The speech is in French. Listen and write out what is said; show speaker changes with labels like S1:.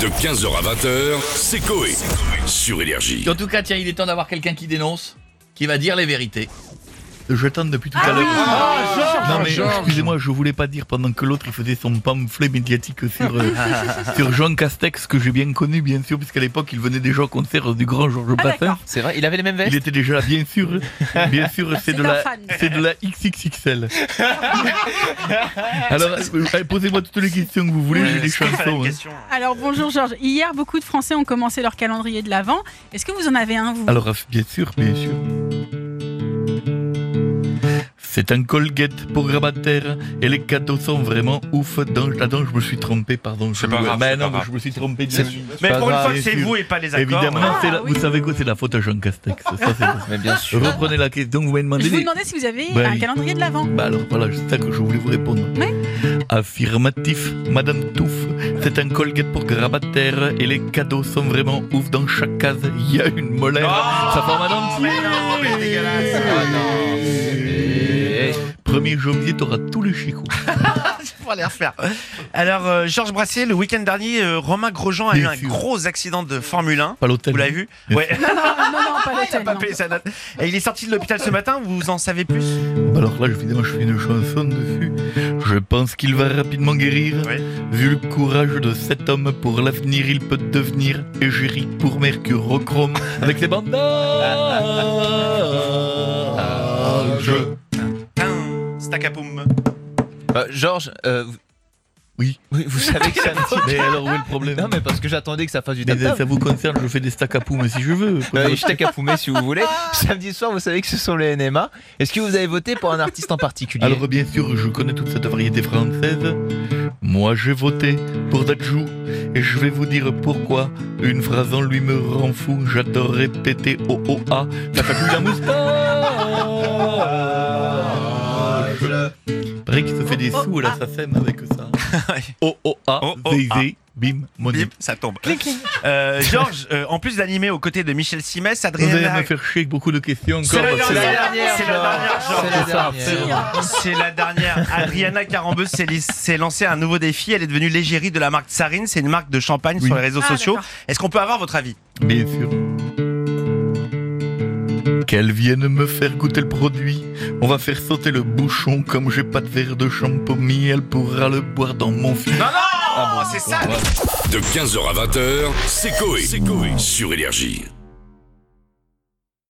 S1: De 15h à 20h, c'est Coé. Sur Énergie.
S2: En tout cas, tiens, il est temps d'avoir quelqu'un qui dénonce, qui va dire les vérités. Je tente depuis tout à l'heure. non mais excusez-moi, je voulais pas dire pendant que l'autre il faisait son pamphlet médiatique sur euh, sur Jean Castex que j'ai bien connu bien sûr puisqu'à l'époque il venait déjà au concert du grand Georges Brassens.
S3: C'est vrai, il avait les mêmes
S2: Il
S3: vestes
S2: était déjà là, bien sûr. Bien sûr, c'est de
S4: un
S2: la,
S4: fan.
S2: c'est de la XXXL. Alors, euh, posez-moi toutes les questions que vous voulez, j'ai les chansons. hein.
S4: Alors bonjour Georges. Hier, beaucoup de Français ont commencé leur calendrier de l'Avent. Est-ce que vous en avez un, vous
S2: Alors, bien sûr, bien sûr. C'est un Colgate programmataire et les cadeaux sont vraiment ouf. Dans, ah non, je me suis trompé, pardon.
S5: C'est
S2: je-
S5: pas grave,
S2: Mais
S5: c'est
S2: non,
S5: pas grave.
S2: je me suis trompé. bien sûr.
S5: Mais
S2: Pas
S5: pour une
S2: grave,
S5: fois que
S2: bien
S5: c'est
S2: sûr.
S5: vous et pas les accords. hein.
S2: Évidemment,
S4: Ah,
S2: c'est la-
S4: oui.
S2: vous savez quoi, c'est la faute à Jean Castex. Ça, c'est bon.
S3: Mais bien sûr.
S2: Reprenez la question. Donc, vous m'avez demandé
S4: Je vous
S2: les-
S4: demandais si vous avez
S2: Bah,
S4: un
S2: oui.
S4: calendrier de l'Avent.
S2: Bah alors voilà, c'est ça que je voulais vous répondre.
S4: Oui.
S2: Affirmatif, Madame Touffe, c'est un colgate pour grabataire et les cadeaux sont vraiment ouf dans chaque case. Il y a une molaire, ça forme un
S5: Oh,
S4: Oh,
S2: entier. Premier janvier, t'auras tous les chicots.
S5: Faut aller refaire. Alors, euh, Georges Brassier, le week-end dernier, euh, Romain Grosjean a
S2: Bien
S5: eu un
S2: sûr.
S5: gros accident de Formule 1.
S2: Pas l'hôtel.
S5: Vous l'avez vu
S2: Bien
S5: Ouais.
S4: Non, non, non, non, pas l'hôtel.
S5: Pas
S4: non.
S5: payé sa note. Et il est sorti de l'hôpital ce matin, vous en savez plus
S2: Bah alors là, évidemment, je fais une chanson dessus. Je pense qu'il va rapidement guérir.
S5: Ouais.
S2: Vu le courage de cet homme, pour l'avenir, il peut devenir égérie pour Mercurochrome avec ses
S5: Ah,
S2: bandages.
S5: Tain, Stacapoum.
S3: Euh, Georges, euh, vous-
S2: Oui.
S3: vous savez que c'est un petit...
S2: Mais alors, où est le problème
S3: Non mais parce que j'attendais que ça fasse du
S2: Mais ça,
S3: tap-tap.
S2: ça vous concerne, je fais des stacks à mais si je veux.
S5: Ah,
S3: Euh, hashtag à fumer si vous voulez. Samedi soir, vous savez que ce sont les NMA. Est-ce que vous avez voté pour un artiste en particulier
S2: Alors bien sûr, je connais toute cette variété française. Moi, j'ai voté pour Dajou et je vais vous dire pourquoi. Une phrase en lui me rend fou. J'adore répéter oh oh ah. Ça fait plus la moustache. Pareil qu'il se fait des sous là, ça sème avec ça. oh oh ah,
S5: Oh, oh,
S2: zé,
S5: ah.
S2: zé, bim, money.
S5: Bim, ça tombe. Euh, Georges, euh, en plus d'animer aux côtés de Michel Simès,
S2: Vous allez
S5: Adrien
S2: me faire chier avec beaucoup de questions encore.
S5: C'est la
S2: parce que-
S5: dernière.
S3: dernière,
S5: C'est la dernière,
S3: Georges.
S5: Georges.
S3: C'est la
S2: C'est ça,
S3: dernière.
S2: c'est bon.
S5: C'est la dernière. Adriana Carambeuse s'est li- s'est lancée un nouveau défi. Elle est devenue l'égérie de la marque Sarine. C'est une marque de champagne
S2: Oui.
S5: sur les réseaux
S4: Ah,
S5: sociaux.
S4: d'accord.
S5: Est-ce qu'on peut avoir votre avis
S2: Bien sûr. Qu'elle vienne me faire goûter le produit. On va faire sauter le bouchon. Comme j'ai pas de verre de champomis, elle pourra le boire dans mon fil.
S5: Non, non Ah, C'est ça
S1: De 15h à 20h, c'est Coé. Sur Énergie.